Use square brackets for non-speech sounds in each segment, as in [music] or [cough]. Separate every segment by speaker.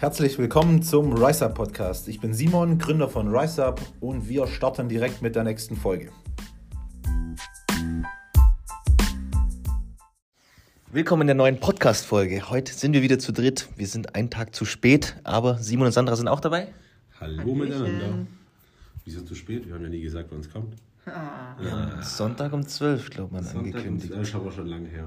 Speaker 1: Herzlich willkommen zum RiseUp Podcast. Ich bin Simon, Gründer von RiseUp und wir starten direkt mit der nächsten Folge.
Speaker 2: Willkommen in der neuen Podcast-Folge. Heute sind wir wieder zu dritt. Wir sind einen Tag zu spät, aber Simon und Sandra sind auch dabei.
Speaker 3: Hallo miteinander. Wieso zu spät? Wir haben ja nie gesagt, wann es kommt.
Speaker 2: Sonntag um 12, glaube man, angekündigt.
Speaker 3: Das ist aber schon lange her.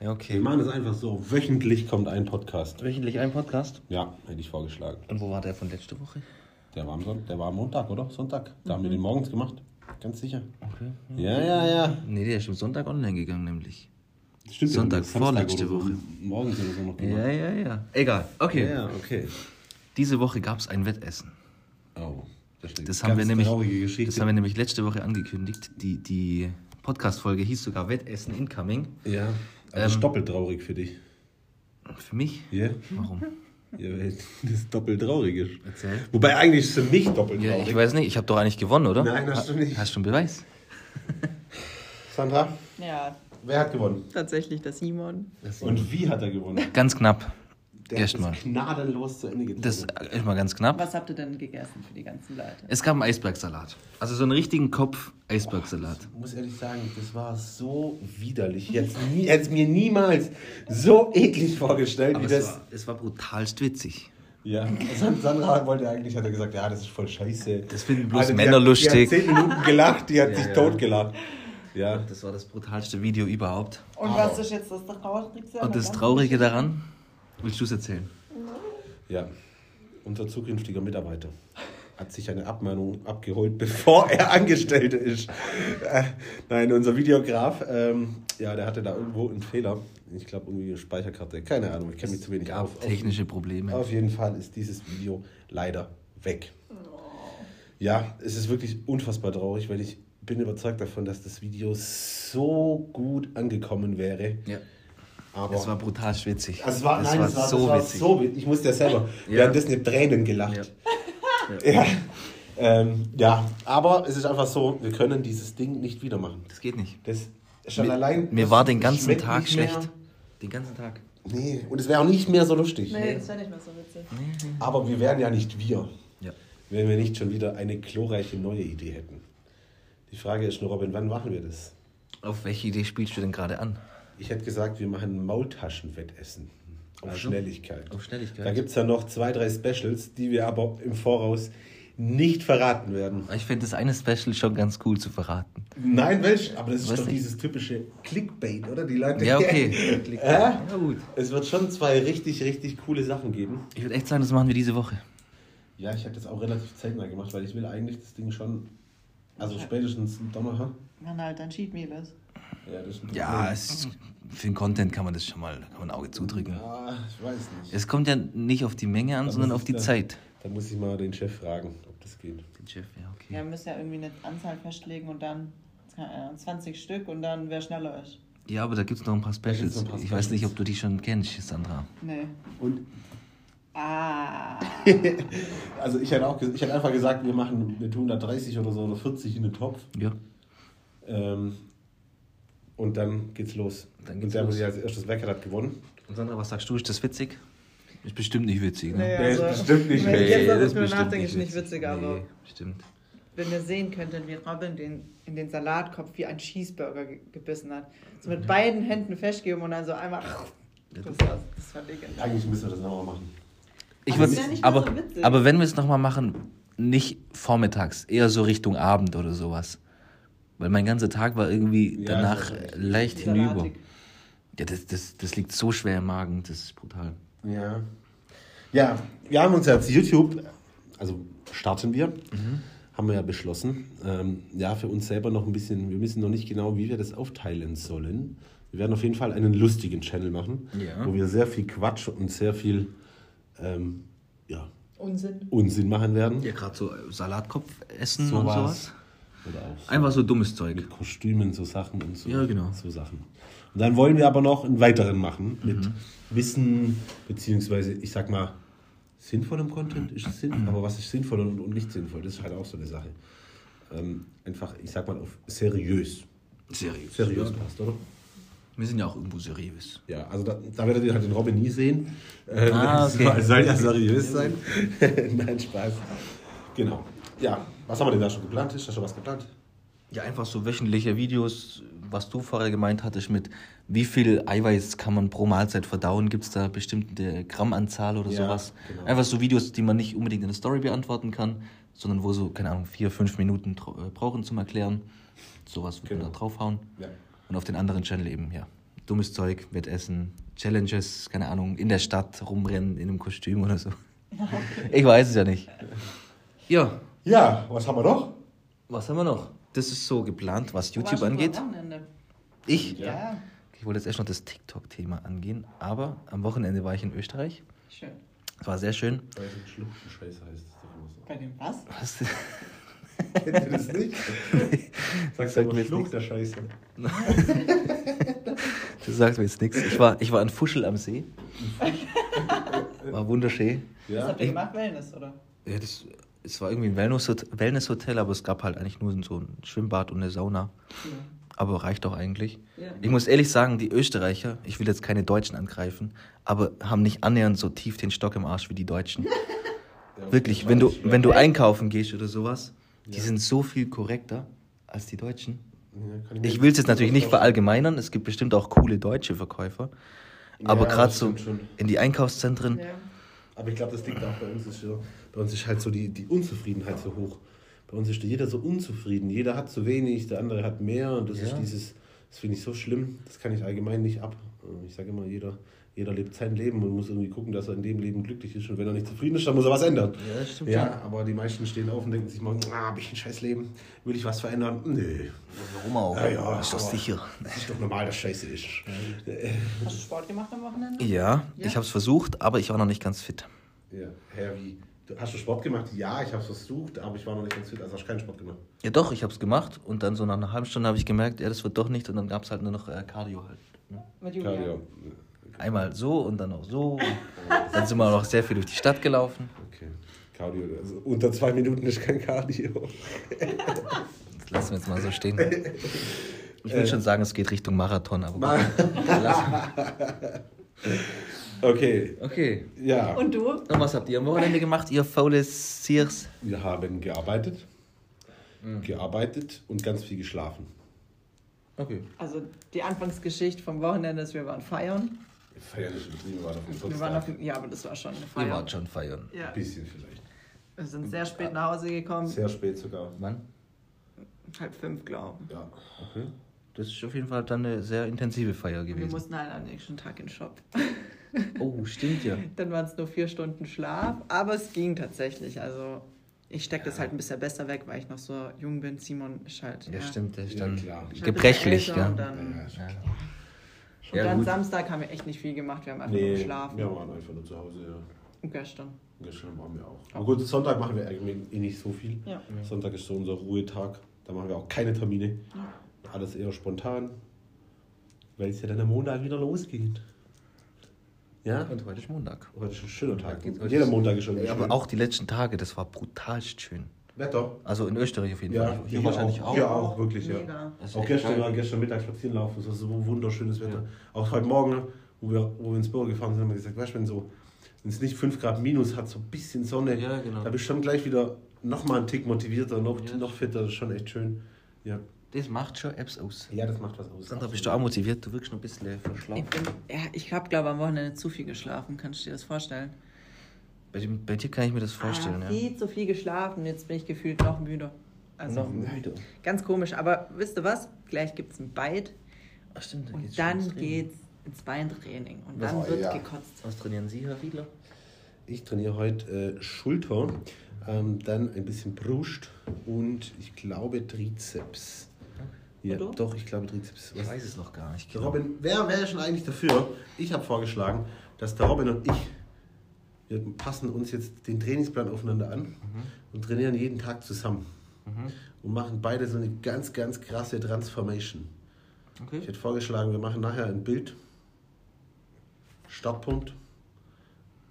Speaker 2: Ja,
Speaker 3: Wir
Speaker 2: okay.
Speaker 3: machen es einfach so. Wöchentlich kommt ein Podcast.
Speaker 2: Wöchentlich ein Podcast.
Speaker 3: Ja, hätte ich vorgeschlagen.
Speaker 2: Und wo war der von letzter Woche?
Speaker 3: Der war am, Sonntag, der war am Montag, oder? Sonntag. Da haben wir den morgens gemacht. Ganz sicher.
Speaker 2: Okay.
Speaker 3: Ja, ja, ja.
Speaker 2: Nee, der ist am Sonntag online gegangen, nämlich.
Speaker 3: Stimmt, wir haben
Speaker 2: Sonntag,
Speaker 3: das Samstag
Speaker 2: vorletzte
Speaker 3: oder so
Speaker 2: Woche.
Speaker 3: Morgens oder so noch gemacht.
Speaker 2: Ja, ja, ja. Egal. Okay.
Speaker 3: Ja, ja, okay.
Speaker 2: Diese Woche gab es ein Wettessen.
Speaker 3: Oh, das, ist eine
Speaker 2: Das
Speaker 3: ganz
Speaker 2: haben, wir nämlich,
Speaker 3: traurige Geschichte.
Speaker 2: das haben wir nämlich letzte Woche angekündigt. Die, die Podcast-Folge hieß sogar Wettessen Incoming.
Speaker 3: ja, aber das
Speaker 2: Ähm.
Speaker 3: ist doppelt traurig für dich.
Speaker 2: Für mich?
Speaker 3: Ja?
Speaker 2: Warum?
Speaker 3: ja weil das ist doppelt traurig. ist.
Speaker 2: Erzähl.
Speaker 3: Wobei eigentlich ist es für mich doppelt
Speaker 2: Ja,
Speaker 3: traurig.
Speaker 2: ich weiß nicht, ich habe doch eigentlich gewonnen, oder?
Speaker 3: Nein, hast du nicht.
Speaker 2: Hast du einen Beweis?
Speaker 3: Sandra,
Speaker 4: Ja,
Speaker 3: wer hat gewonnen?
Speaker 4: tatsächlich der Simon.
Speaker 3: Und wie hat er gewonnen?
Speaker 2: Ganz knapp.
Speaker 3: [laughs] Der
Speaker 2: Erstmal.
Speaker 3: ist gnadenlos zu Ende gezogen.
Speaker 2: Das ist mal ganz knapp.
Speaker 4: Was habt ihr denn gegessen für die ganzen Leute?
Speaker 2: Es gab einen Eisbergsalat. Also so einen richtigen Kopf Eisbergsalat.
Speaker 3: Ich muss ehrlich sagen, das war so widerlich. Jetzt [laughs] nie, hätte es mir niemals so eklig vorgestellt,
Speaker 2: Aber
Speaker 3: wie
Speaker 2: es
Speaker 3: das.
Speaker 2: war, es war brutalst witzig.
Speaker 3: Ja. San- Sandra wollte eigentlich, hat er gesagt, ja, das ist voll scheiße.
Speaker 2: Das finden bloß
Speaker 3: die
Speaker 2: Männer
Speaker 3: hat, Die
Speaker 2: lustig.
Speaker 3: hat zehn Minuten gelacht, die hat
Speaker 2: [laughs] Ja,
Speaker 3: sich
Speaker 2: ja.
Speaker 3: totgelacht. Ja.
Speaker 2: Das war das brutalste Video überhaupt.
Speaker 4: Und
Speaker 3: was
Speaker 4: was ist jetzt das Traurigste?
Speaker 2: Und das Traurige daran, willst du es erzählen?
Speaker 3: Ja. Unser zukünftiger Mitarbeiter hat sich eine Abmahnung abgeholt, [laughs] bevor er Angestellter ist. Äh, nein, unser Videograf, ähm, ja, der hatte da irgendwo einen Fehler. Ich glaube, irgendwie eine Speicherkarte. Keine Ahnung, ich kenne mich zu wenig auf. auf
Speaker 2: Technische Probleme.
Speaker 3: Auf jeden Fall ist dieses Video leider weg. Ja, es ist wirklich unfassbar traurig, weil ich bin überzeugt davon, dass das Video so gut angekommen wäre.
Speaker 2: Ja.
Speaker 3: Aber
Speaker 2: Es war brutalst witzig.
Speaker 3: Oh. also es war, nein, es war,
Speaker 2: so
Speaker 3: es war
Speaker 2: witzig.
Speaker 3: so witzig. Ich musste ja selber. Wir
Speaker 2: Ja.
Speaker 3: haben das eine Tränen gelacht. [laughs] Ja. Ja. Ähm, ja, aber es ist einfach so, wir können dieses Ding nicht wieder machen.
Speaker 2: Das geht nicht.
Speaker 3: Das schon allein.
Speaker 2: Mir
Speaker 3: das
Speaker 2: war den ganzen
Speaker 3: schmeckt
Speaker 2: Tag
Speaker 3: nicht mehr.
Speaker 2: schlecht. Den ganzen Tag.
Speaker 3: Nee, und es wäre auch nicht mehr so lustig.
Speaker 4: Nee, das wäre nicht mehr so witzig.
Speaker 3: Aber wir wären ja nicht wir,
Speaker 2: Ja.
Speaker 3: wenn wir nicht schon wieder eine glorreiche neue Idee hätten. Die Frage ist nur, Robin, wann machen wir das?
Speaker 2: Auf welche Idee spielst du denn gerade an?
Speaker 3: Ich hätte gesagt, wir machen Maultaschenwettessen. Auf
Speaker 2: Also,
Speaker 3: Schnelligkeit.
Speaker 2: auf Schnelligkeit.
Speaker 3: Da gibt es ja noch zwei, drei Specials, die wir aber im Voraus nicht verraten werden.
Speaker 2: Ich finde das eine Special schon ganz cool zu verraten.
Speaker 3: Nein, welch? Aber das ist
Speaker 2: Weiß
Speaker 3: doch
Speaker 2: ich.
Speaker 3: dieses typische Clickbait, oder? Die Leute.
Speaker 2: Ja, [laughs] okay.
Speaker 3: Ja?
Speaker 2: Ja, gut.
Speaker 3: Es wird schon zwei richtig, richtig coole Sachen geben.
Speaker 2: Ich würde echt sagen, das machen wir diese Woche.
Speaker 3: Ja, ich hätte das auch relativ zeitnah gemacht, weil ich will eigentlich das Ding schon. Also spätestens Donnerstag.
Speaker 4: Dann halt, dann schied mir was.
Speaker 3: Ja, das ist
Speaker 2: Ja, es ist, für den Content kann man das schon mal, da kann man ein Auge zudrücken.
Speaker 3: Ja, ich weiß nicht.
Speaker 2: Es kommt ja nicht auf die Menge an,
Speaker 3: Da
Speaker 2: sondern
Speaker 3: muss
Speaker 2: auf
Speaker 3: ich
Speaker 2: die
Speaker 3: da-
Speaker 2: Zeit.
Speaker 3: Da muss ich mal den Chef fragen, ob das geht.
Speaker 2: Den Chef, ja, okay.
Speaker 4: Ja, wir müssen ja irgendwie eine Anzahl festlegen und dann keine Ahnung, 20 Stück und dann wer schneller ist.
Speaker 2: Ja, aber da gibt es noch ein paar Specials.
Speaker 3: gibt's noch ein paar
Speaker 2: Ich weiß nicht,
Speaker 3: Specials.
Speaker 2: ob du die schon kennst, Sandra.
Speaker 4: Nee.
Speaker 3: Und
Speaker 4: Ah.
Speaker 3: also ich hätte auch ges- ich hätte einfach gesagt, wir machen mit 130 oder so oder 40 in den Topf.
Speaker 2: Ja.
Speaker 3: Ähm, und dann geht's los.
Speaker 2: Dann
Speaker 3: und
Speaker 2: geht's
Speaker 3: der,
Speaker 2: los.
Speaker 3: der als erstes weg hat, hat gewonnen.
Speaker 2: Und Sandra, was sagst du? Ist das witzig? Ist bestimmt nicht witzig, ne?
Speaker 3: Nee, ist bestimmt nicht
Speaker 4: Wenn ich jetzt
Speaker 2: das
Speaker 4: darüber
Speaker 2: ist bestimmt
Speaker 4: nachdenke, ist nicht witzig, aber
Speaker 2: Nee, stimmt.
Speaker 4: wenn ihr sehen könntet, wie Robin den, in den Salatkopf wie ein Cheeseburger ge gebissen hat. So mit beiden Händen festgeben und dann so einmal. Das, war's. das war legendär.
Speaker 3: Eigentlich müssen wir das nochmal machen.
Speaker 2: Ich
Speaker 4: Aber
Speaker 2: würd,
Speaker 4: ist ja nicht mehr
Speaker 2: aber,
Speaker 4: so witzig.
Speaker 2: aber wenn wir es nochmal machen, nicht vormittags, eher so Richtung Abend oder sowas. Weil mein ganzer Tag war irgendwie
Speaker 3: Ja,
Speaker 2: danach
Speaker 3: das ist richtig.
Speaker 2: leicht hinüber.
Speaker 4: Salatig.
Speaker 2: Ja, das, das, das liegt so schwer im Magen, das ist brutal.
Speaker 3: Ja. Ja, wir haben uns jetzt YouTube, also starten wir,
Speaker 2: Mhm.
Speaker 3: haben wir ja beschlossen. Ähm, ja, für uns selber noch ein bisschen, wir wissen noch nicht genau, wie wir das aufteilen sollen. Wir werden auf jeden Fall einen lustigen Channel machen,
Speaker 2: Ja.
Speaker 3: wo wir sehr viel Quatsch und sehr viel ähm, ja,
Speaker 4: Unsinn.
Speaker 3: Unsinn machen werden.
Speaker 2: Ja, gerade so äh, Salatkopf essen
Speaker 3: So
Speaker 2: und
Speaker 3: war's.
Speaker 2: sowas.
Speaker 3: Oder auch
Speaker 2: Einfach so dummes Zeug.
Speaker 3: mit Kostümen, so Sachen und so,
Speaker 2: Ja, genau.
Speaker 3: so Sachen. Und dann wollen wir aber noch einen weiteren machen mit
Speaker 2: Mhm.
Speaker 3: Wissen, beziehungsweise, ich sag mal, sinnvollem Content ist es sinnvoll, aber was ist sinnvoll und, und nicht sinnvoll, das ist halt auch so eine Sache. Ähm, einfach, ich sag mal, auf seriös.
Speaker 2: Seriös.
Speaker 3: Seriös passt, oder?
Speaker 2: Wir sind ja auch irgendwo seriös.
Speaker 3: Ja, also da, da werdet ihr halt den Robin nie sehen. Äh, [laughs]
Speaker 2: Ah,
Speaker 3: es
Speaker 2: okay.
Speaker 3: soll- Soll ja seriös
Speaker 2: [laughs]
Speaker 3: sein. Nein, Spaß. Genau. Ja, was haben wir denn da schon geplant? Ist da schon was geplant?
Speaker 2: Ja, einfach so wöchentliche Videos, was du vorher gemeint hattest mit wie viel Eiweiß kann man pro Mahlzeit verdauen, gibt es da bestimmte Grammanzahl oder
Speaker 3: Ja,
Speaker 2: sowas.
Speaker 3: genau.
Speaker 2: Einfach so Videos, die man nicht unbedingt in der Story beantworten kann, sondern wo so, keine Ahnung, vier, fünf Minuten dra- äh, brauchen zum Erklären. Sowas wird
Speaker 3: Genau.
Speaker 2: man da draufhauen.
Speaker 3: Ja.
Speaker 2: Und auf den anderen Channel eben, ja. Dummes Zeug, Wettessen, Challenges, keine Ahnung, in der Stadt rumrennen in einem Kostüm oder so. Ich weiß es ja nicht. Ja,
Speaker 3: Ja, was haben wir noch?
Speaker 2: was haben wir noch? Das ist so geplant, was
Speaker 4: Wo warst
Speaker 2: YouTube
Speaker 4: du am
Speaker 2: angeht.
Speaker 4: Wochenende?
Speaker 2: Ich?
Speaker 4: Ja. ja,
Speaker 2: Ich wollte jetzt erst noch das TikTok-Thema angehen, aber am Wochenende war ich in Österreich.
Speaker 4: schön.
Speaker 2: Es war sehr schön.
Speaker 3: Scheiße heißt es doch immer so.
Speaker 4: Bei dem was?
Speaker 2: Was?
Speaker 3: [laughs] Kennt ihr das nicht? Sagst du
Speaker 2: Sagt mir
Speaker 3: immer
Speaker 2: jetzt
Speaker 3: Schluck
Speaker 2: nichts.
Speaker 3: der Scheiße.
Speaker 2: Das sagt mir jetzt nichts. Ich war, ich war in Fuschel am See. [laughs] War wunderschön.
Speaker 4: Was
Speaker 3: Ja,
Speaker 4: habt ihr gemacht? Wellness, oder?
Speaker 2: Ja, das, es war irgendwie ein Wellness- Wellness-Hotel, aber es gab halt eigentlich nur so ein Schwimmbad und eine Sauna. Aber reicht doch eigentlich.
Speaker 4: Ja.
Speaker 2: Ich muss ehrlich sagen, die Österreicher, ich will jetzt keine Deutschen angreifen, aber haben nicht annähernd so tief den Stock im Arsch wie die Deutschen.
Speaker 3: [laughs]
Speaker 2: Wirklich, wenn du, wenn du einkaufen gehst oder sowas, die sind so viel korrekter als die Deutschen. Ich will es jetzt natürlich nicht verallgemeinern, es gibt bestimmt auch coole deutsche Verkäufer. Aber
Speaker 3: Ja,
Speaker 2: gerade
Speaker 3: das
Speaker 2: so
Speaker 3: stimmt schon.
Speaker 2: in die Einkaufszentren,
Speaker 4: Ja.
Speaker 3: Aber ich glaube, das liegt auch bei uns. Ist so, bei uns ist halt so die, die Unzufriedenheit so hoch. Bei uns ist jeder so unzufrieden. Jeder hat zu wenig, der andere hat mehr. Und das ist
Speaker 2: Ja.
Speaker 3: dieses, das finde ich so schlimm. Das kann ich allgemein nicht ab. Ich sage immer, jeder, jeder lebt sein Leben und muss irgendwie gucken, dass er in dem Leben glücklich ist. Und wenn er nicht zufrieden ist, dann muss er was ändern.
Speaker 2: Ja, das stimmt
Speaker 3: Ja, aber die meisten stehen auf und denken sich morgen, ah, habe ich ein scheiß Leben? Will ich was verändern? Nö.
Speaker 2: warum auch?
Speaker 3: Ja, ja,
Speaker 2: ist doch
Speaker 3: aber-
Speaker 2: sicher.
Speaker 3: Das ist doch normal, dass scheiße ist.
Speaker 4: Hast du Sport gemacht am Wochenende?
Speaker 2: Ja,
Speaker 4: Ja.
Speaker 2: ich habe es versucht, aber ich war noch nicht ganz fit.
Speaker 3: Ja, Herr, wie? Du- Hast du Sport gemacht? Ja, ich habe es versucht, aber ich war noch nicht ganz fit. Also hast du keinen Sport gemacht.
Speaker 2: Ja doch, ich habe es gemacht und dann so nach einer halben Stunde habe ich gemerkt, ja, das wird doch nichts und dann gab es halt nur noch äh, Cardio halt. ne?
Speaker 4: Mit
Speaker 3: Ja,
Speaker 4: Julia.
Speaker 3: ja.
Speaker 2: Einmal so und dann auch so. Und dann sind wir noch sehr viel durch die Stadt gelaufen.
Speaker 3: Okay. Cardio, also unter zwei Minuten ist kein Cardio.
Speaker 2: Das lassen wir jetzt mal so stehen. Ich will schon sagen, es geht Richtung Marathon, aber
Speaker 3: Ma-
Speaker 2: lassen.
Speaker 3: [laughs] Okay,
Speaker 2: Okay.
Speaker 3: ja.
Speaker 4: Und du?
Speaker 2: Und was habt ihr am Wochenende gemacht, ihr faules Sears?
Speaker 3: Wir haben gearbeitet, Hm. gearbeitet und ganz viel geschlafen.
Speaker 2: Okay.
Speaker 4: Also die Anfangsgeschichte vom Wochenende ist, wir waren feiern.
Speaker 3: Feiern ist übertrieben, wir waren auf dem
Speaker 4: Wir waren auf,
Speaker 3: Geburtstag.
Speaker 4: dem- ja, aber das war schon eine
Speaker 2: Ihr
Speaker 4: Feier.
Speaker 2: wart schon feiern.
Speaker 4: Ja,
Speaker 3: Ein bisschen vielleicht.
Speaker 4: wir sind sehr spät nach Hause gekommen.
Speaker 3: Sehr spät sogar.
Speaker 2: Mann,
Speaker 4: Halb fünf, glaube ich.
Speaker 3: Ja.
Speaker 2: das ist auf jeden Fall dann eine sehr intensive Feier
Speaker 4: Wir
Speaker 2: gewesen.
Speaker 4: mussten halt am nächsten Tag in den Shop.
Speaker 2: Oh, stimmt ja.
Speaker 4: Dann waren es nur vier Stunden Schlaf, aber es ging tatsächlich. Also ich stecke das halt ein bisschen besser weg, weil ich noch so jung bin. Simon ist halt.
Speaker 2: Ja, stimmt, der ist
Speaker 3: Ja,
Speaker 2: dann
Speaker 3: klar.
Speaker 4: ist halt ein bisschen
Speaker 2: gebrechlich,
Speaker 4: älter
Speaker 2: gell?
Speaker 4: Und dann,
Speaker 3: Ja, ist schon
Speaker 2: Ja.
Speaker 3: klar.
Speaker 4: und
Speaker 2: Ja,
Speaker 4: dann
Speaker 2: gut.
Speaker 4: Samstag haben wir echt nicht viel gemacht. Wir haben einfach nur
Speaker 3: Nee,
Speaker 4: geschlafen.
Speaker 3: wir waren einfach nur zu Hause, ja.
Speaker 4: Und gestern.
Speaker 3: Gestern waren wir auch. Aber gut, Sonntag machen wir eigentlich eh nicht so viel.
Speaker 4: Ja.
Speaker 3: Sonntag ist so unser Ruhetag. Da machen wir auch keine Termine. Alles eher spontan. Weil es ja dann am Montag wieder losgeht. Ja?
Speaker 2: Und heute ist Montag.
Speaker 3: Heute ist ein schöner Tag.
Speaker 2: geht's heute
Speaker 3: Jeder
Speaker 2: ist-
Speaker 3: Montag ist schon
Speaker 2: Ja, aber auch die letzten Tage, das war brutal schön.
Speaker 3: Wetter.
Speaker 2: Also in Österreich auf jeden
Speaker 3: Ja,
Speaker 2: Fall.
Speaker 3: hier auch. Ja, auch wirklich, ja.
Speaker 4: Mega.
Speaker 2: Das ist
Speaker 3: Auch
Speaker 2: echt
Speaker 3: gestern,
Speaker 2: geil.
Speaker 3: war gestern Mittag spazieren laufen. Es war so wunderschönes Wetter. Auch heute Morgen, wo wir, wo wir ins Büro gefahren sind, haben wir gesagt, weißt du, wenn so wenn es nicht 5 Grad minus hat, so ein bisschen Sonne,
Speaker 2: Ja, genau.
Speaker 3: da bist du dann gleich wieder nochmal einen Tick motivierter, noch,
Speaker 2: Ja.
Speaker 3: noch fitter. Das ist schon echt schön. Ja.
Speaker 2: Das macht schon Apps aus.
Speaker 3: Ja, das macht was aus.
Speaker 2: Sandra, bist du auch motiviert? Du wirkst noch ein bisschen
Speaker 4: Ich,
Speaker 2: verschlafen.
Speaker 4: bin, ja, ich habe, glaube am Wochenende zu viel geschlafen. Kannst du dir das vorstellen?
Speaker 2: Bei, dem- bei dir kann ich mir das vorstellen,
Speaker 4: ah,
Speaker 2: ja.
Speaker 4: Viel zu viel geschlafen. Jetzt bin ich gefühlt noch müde. Also
Speaker 2: müde.
Speaker 4: ganz komisch. Aber wisst ihr was? Gleich gibt es ein Bite.
Speaker 2: Ach Ah, stimmt,
Speaker 4: Und
Speaker 2: geht's schon ins
Speaker 4: dann
Speaker 2: Training.
Speaker 4: geht's ins Beintraining und
Speaker 2: Was-
Speaker 4: dann
Speaker 3: Oh,
Speaker 4: wird
Speaker 3: ja.
Speaker 4: gekotzt.
Speaker 2: Was trainieren Sie, Herr Riedler?
Speaker 3: Ich trainiere heute äh, Schulter, ähm, dann ein bisschen Brust und ich glaube Trizeps. Ja,
Speaker 4: Und du?
Speaker 3: doch, ich glaube Trizeps.
Speaker 2: Ich
Speaker 3: Was?
Speaker 2: weiß es noch gar nicht. genau.
Speaker 3: Der Robin, wer wäre schon eigentlich dafür? Ich habe vorgeschlagen, dass der Robin und ich, wir passen uns jetzt den Trainingsplan aufeinander an
Speaker 2: Mhm.
Speaker 3: und trainieren jeden Tag zusammen. Und machen beide so eine ganz, ganz krasse Transformation. Ich
Speaker 2: Okay.
Speaker 3: hätte vorgeschlagen, wir machen nachher ein Bild, Startpunkt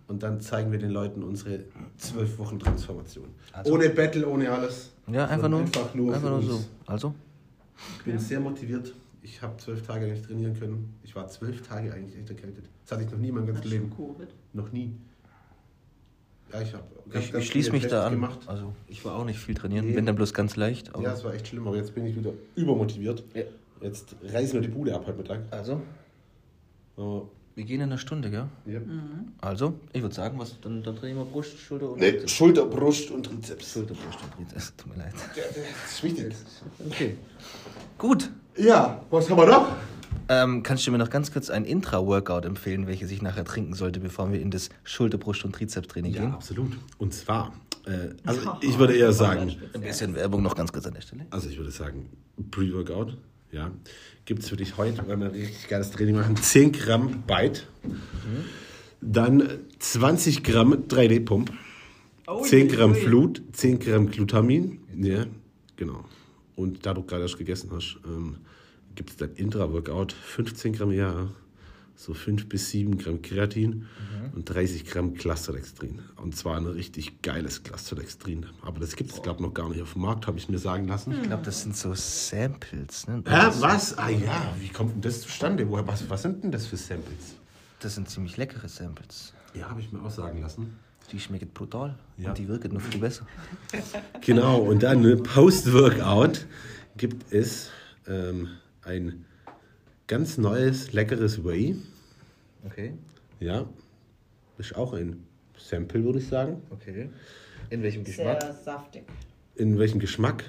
Speaker 3: und dann zeigen wir den Leuten unsere zwölf Wochen Transformation.
Speaker 2: Also-
Speaker 3: ohne Battle, ohne alles.
Speaker 2: Ja, einfach nur,
Speaker 3: Sondern Einfach nur,
Speaker 2: einfach
Speaker 3: für
Speaker 2: nur
Speaker 3: uns.
Speaker 2: so. Also?
Speaker 3: Ich bin sehr motiviert. Ich Ich habe zwölf Tage nicht trainieren können. Ich war zwölf Tage eigentlich echt erkältet. Das hatte ich noch nie in meinem ganzen
Speaker 4: Hast du
Speaker 3: Leben.
Speaker 4: Covid?
Speaker 3: Noch nie. Ja, ich habe
Speaker 2: Ich, ich schließe mich da an.
Speaker 3: Gemacht.
Speaker 2: Also ich war auch nicht viel trainieren,
Speaker 3: Nee.
Speaker 2: wenn dann bloß ganz leicht. Aber
Speaker 3: Ja, es war echt schlimm, aber jetzt bin ich wieder übermotiviert. Jetzt reißen wir die Bude ab heute Mittag.
Speaker 2: Also,
Speaker 3: Aber,
Speaker 2: wir gehen in einer Stunde, gell?
Speaker 3: ja.
Speaker 2: Also, ich würde sagen, was dann, dann drehen wir Brust, Schulter und
Speaker 3: Nee, Schulter, Brust Ne, und Trizeps.
Speaker 2: Schulter, Brust und Trizeps. Tut mir leid.
Speaker 3: Das ist wichtig.
Speaker 2: Okay. Gut.
Speaker 3: Ja, was haben wir noch?
Speaker 2: Ähm, kannst du mir noch ganz kurz ein Intra-Workout empfehlen, welches ich nachher trinken sollte, bevor wir in das Schulter, Brust und Trizepstraining
Speaker 3: Ja,
Speaker 2: gehen?
Speaker 3: absolut. Und zwar, äh, also ich würde eher sagen,
Speaker 2: Ein bisschen Werbung noch ganz kurz an der Stelle.
Speaker 3: also ich würde sagen, Pre-Workout, ja, gibt es für dich heute, wenn wir ein richtig geiles Training machen, 10 Gramm Byte, dann 20 Gramm 3D-Pump, 10 Gramm Flut, 10 Gramm Glutamin, ja, genau. Und da du gerade erst gegessen hast, ähm, gibt es dann Intra-Workout, 15 Gramm, ja, so 5 bis 7 Gramm Kreatin und 30 Gramm Clusterextrin. Und zwar ein richtig geiles Clusterextrin. Aber das gibt es, glaube ich, noch gar nicht auf dem Markt, habe ich mir sagen lassen.
Speaker 2: Ich glaube, das sind so Samples. Ne?
Speaker 3: Hä, was? Ah ja, wie kommt denn das zustande? Woher, was, was sind denn das für Samples?
Speaker 2: Das sind ziemlich leckere Samples.
Speaker 3: Ja, habe ich mir auch sagen lassen.
Speaker 2: Die schmecken brutal
Speaker 3: Ja.
Speaker 2: und die wirken noch viel besser.
Speaker 3: Genau, und dann ne, Post-Workout gibt es ähm, ein ganz neues, leckeres Whey.
Speaker 2: Okay,
Speaker 3: Ja, ist auch ein Sample, würde ich sagen.
Speaker 2: okay. In welchem
Speaker 4: Sehr saftig.
Speaker 3: In welchem Geschmack?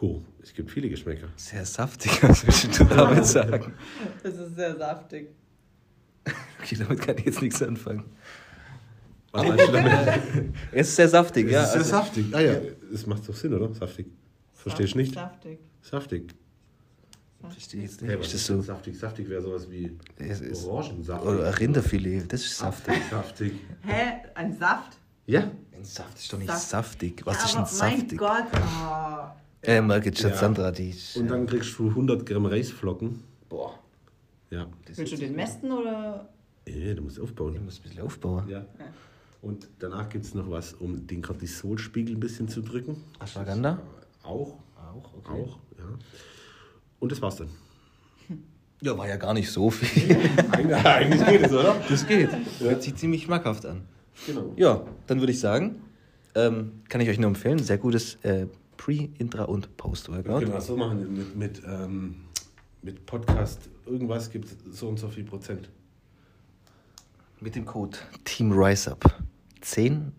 Speaker 3: Ho, es gibt
Speaker 2: [laughs]
Speaker 3: viele Geschmäcker.
Speaker 2: Sehr, saftig, was willst du damit sagen?
Speaker 4: Es ist sehr saftig.
Speaker 2: Okay, damit kann ich jetzt nichts anfangen.
Speaker 3: Was meinst du damit?
Speaker 2: Es ist sehr saftig, ja.
Speaker 3: es ist sehr
Speaker 2: also-
Speaker 3: saftig. Ah ja, es macht doch Sinn, oder? Saftig. Verstehst du nicht?
Speaker 4: Saftig.
Speaker 3: Saftig.
Speaker 2: Verstehe ich jetzt
Speaker 3: Hey,
Speaker 2: nicht.
Speaker 3: was
Speaker 2: Ist das
Speaker 3: denn
Speaker 2: so?
Speaker 3: Saftig, saftig wäre sowas wie
Speaker 2: Es ist-
Speaker 3: Orangensaft.
Speaker 2: Oder Rinderfilet, das ist saftig.
Speaker 3: Saftig. saftig.
Speaker 4: Hä? Ein Saft?
Speaker 3: Ja.
Speaker 2: Ein Saft ist doch nicht
Speaker 4: Saft.
Speaker 2: saftig. Was
Speaker 4: Ja,
Speaker 2: ist denn
Speaker 4: aber Mein
Speaker 2: saftig?
Speaker 4: Gott. Oh.
Speaker 2: Äh, Margit
Speaker 3: Ja.
Speaker 2: Sandra, die.
Speaker 3: Und dann kriegst du 100 Gramm Reisflocken.
Speaker 2: Boah.
Speaker 3: Ja.
Speaker 4: Willst du den mästen oder?
Speaker 3: Ey, du musst
Speaker 2: Ich
Speaker 3: aufbauen.
Speaker 2: muss ein bisschen aufbauen.
Speaker 3: Ja. Und danach gibt es noch was, um den Cortisolspiegel ein bisschen zu drücken.
Speaker 2: Ashwagandha?
Speaker 3: Auch.
Speaker 2: Auch,
Speaker 3: Auch, ja. Und das war's dann.
Speaker 2: Ja, war ja gar nicht so viel.
Speaker 3: [laughs] Eigentlich geht es, oder?
Speaker 2: Das geht. Hört sich ziemlich schmackhaft an.
Speaker 3: Genau.
Speaker 2: Ja, dann würde ich sagen, ähm, kann ich euch nur empfehlen, sehr gutes äh, Pre-, Intra- und Post-Workout.
Speaker 3: Genau, so machen wir mit, mit, ähm, mit Podcast. Irgendwas gibt so und so viel Prozent.
Speaker 2: Mit dem Code Team Rise Up 10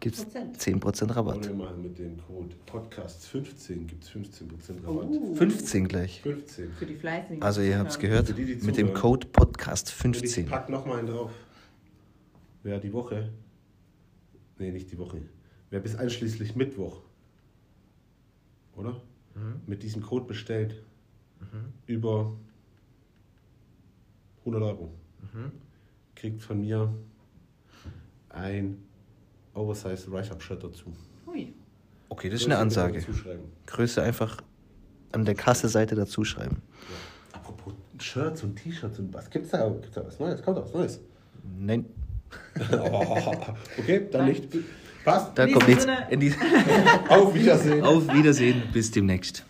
Speaker 2: gibt es
Speaker 4: Prozent.
Speaker 2: 10%
Speaker 3: Und
Speaker 2: Rabatt.
Speaker 3: wir machen mit dem Code Podcast 15 gibt es 15% Rabatt.
Speaker 2: Oh.
Speaker 4: Uh,
Speaker 2: 15 gleich.
Speaker 3: 15.
Speaker 4: Für die Fleißigen.
Speaker 2: Also ihr habt es
Speaker 3: Für
Speaker 2: gehört,
Speaker 3: die, die
Speaker 2: mit dem
Speaker 3: zuhören.
Speaker 2: Code Podcast
Speaker 3: Und ich
Speaker 2: 15.
Speaker 3: pack nochmal einen drauf. Wer die Woche. Nee, nicht die Woche. Wer bis einschließlich Mittwoch. Oder?
Speaker 2: Mhm.
Speaker 3: Mit diesem Code bestellt. Über 100 Euro.
Speaker 2: Mhm.
Speaker 3: Kriegt von mir ein Oversized Rice Up Shirt dazu.
Speaker 4: Ui.
Speaker 2: Okay, das ist eine Ansage.
Speaker 3: Zuschreiben.
Speaker 2: Größe einfach an der Kasse-Seite dazuschreiben.
Speaker 3: Apropos Shirts und T-Shirts und was gibt's da? Gibt's da was Neues? Kommt da
Speaker 2: [laughs]
Speaker 3: was Neues? [laughs]
Speaker 2: Nein,
Speaker 3: okay, dann nicht. Passt.
Speaker 2: da
Speaker 4: In
Speaker 2: kommt
Speaker 4: diesem
Speaker 2: nichts.
Speaker 4: Sinne-
Speaker 2: In die
Speaker 3: Auf Wiedersehen.
Speaker 2: Auf Wiedersehen, bis demnächst.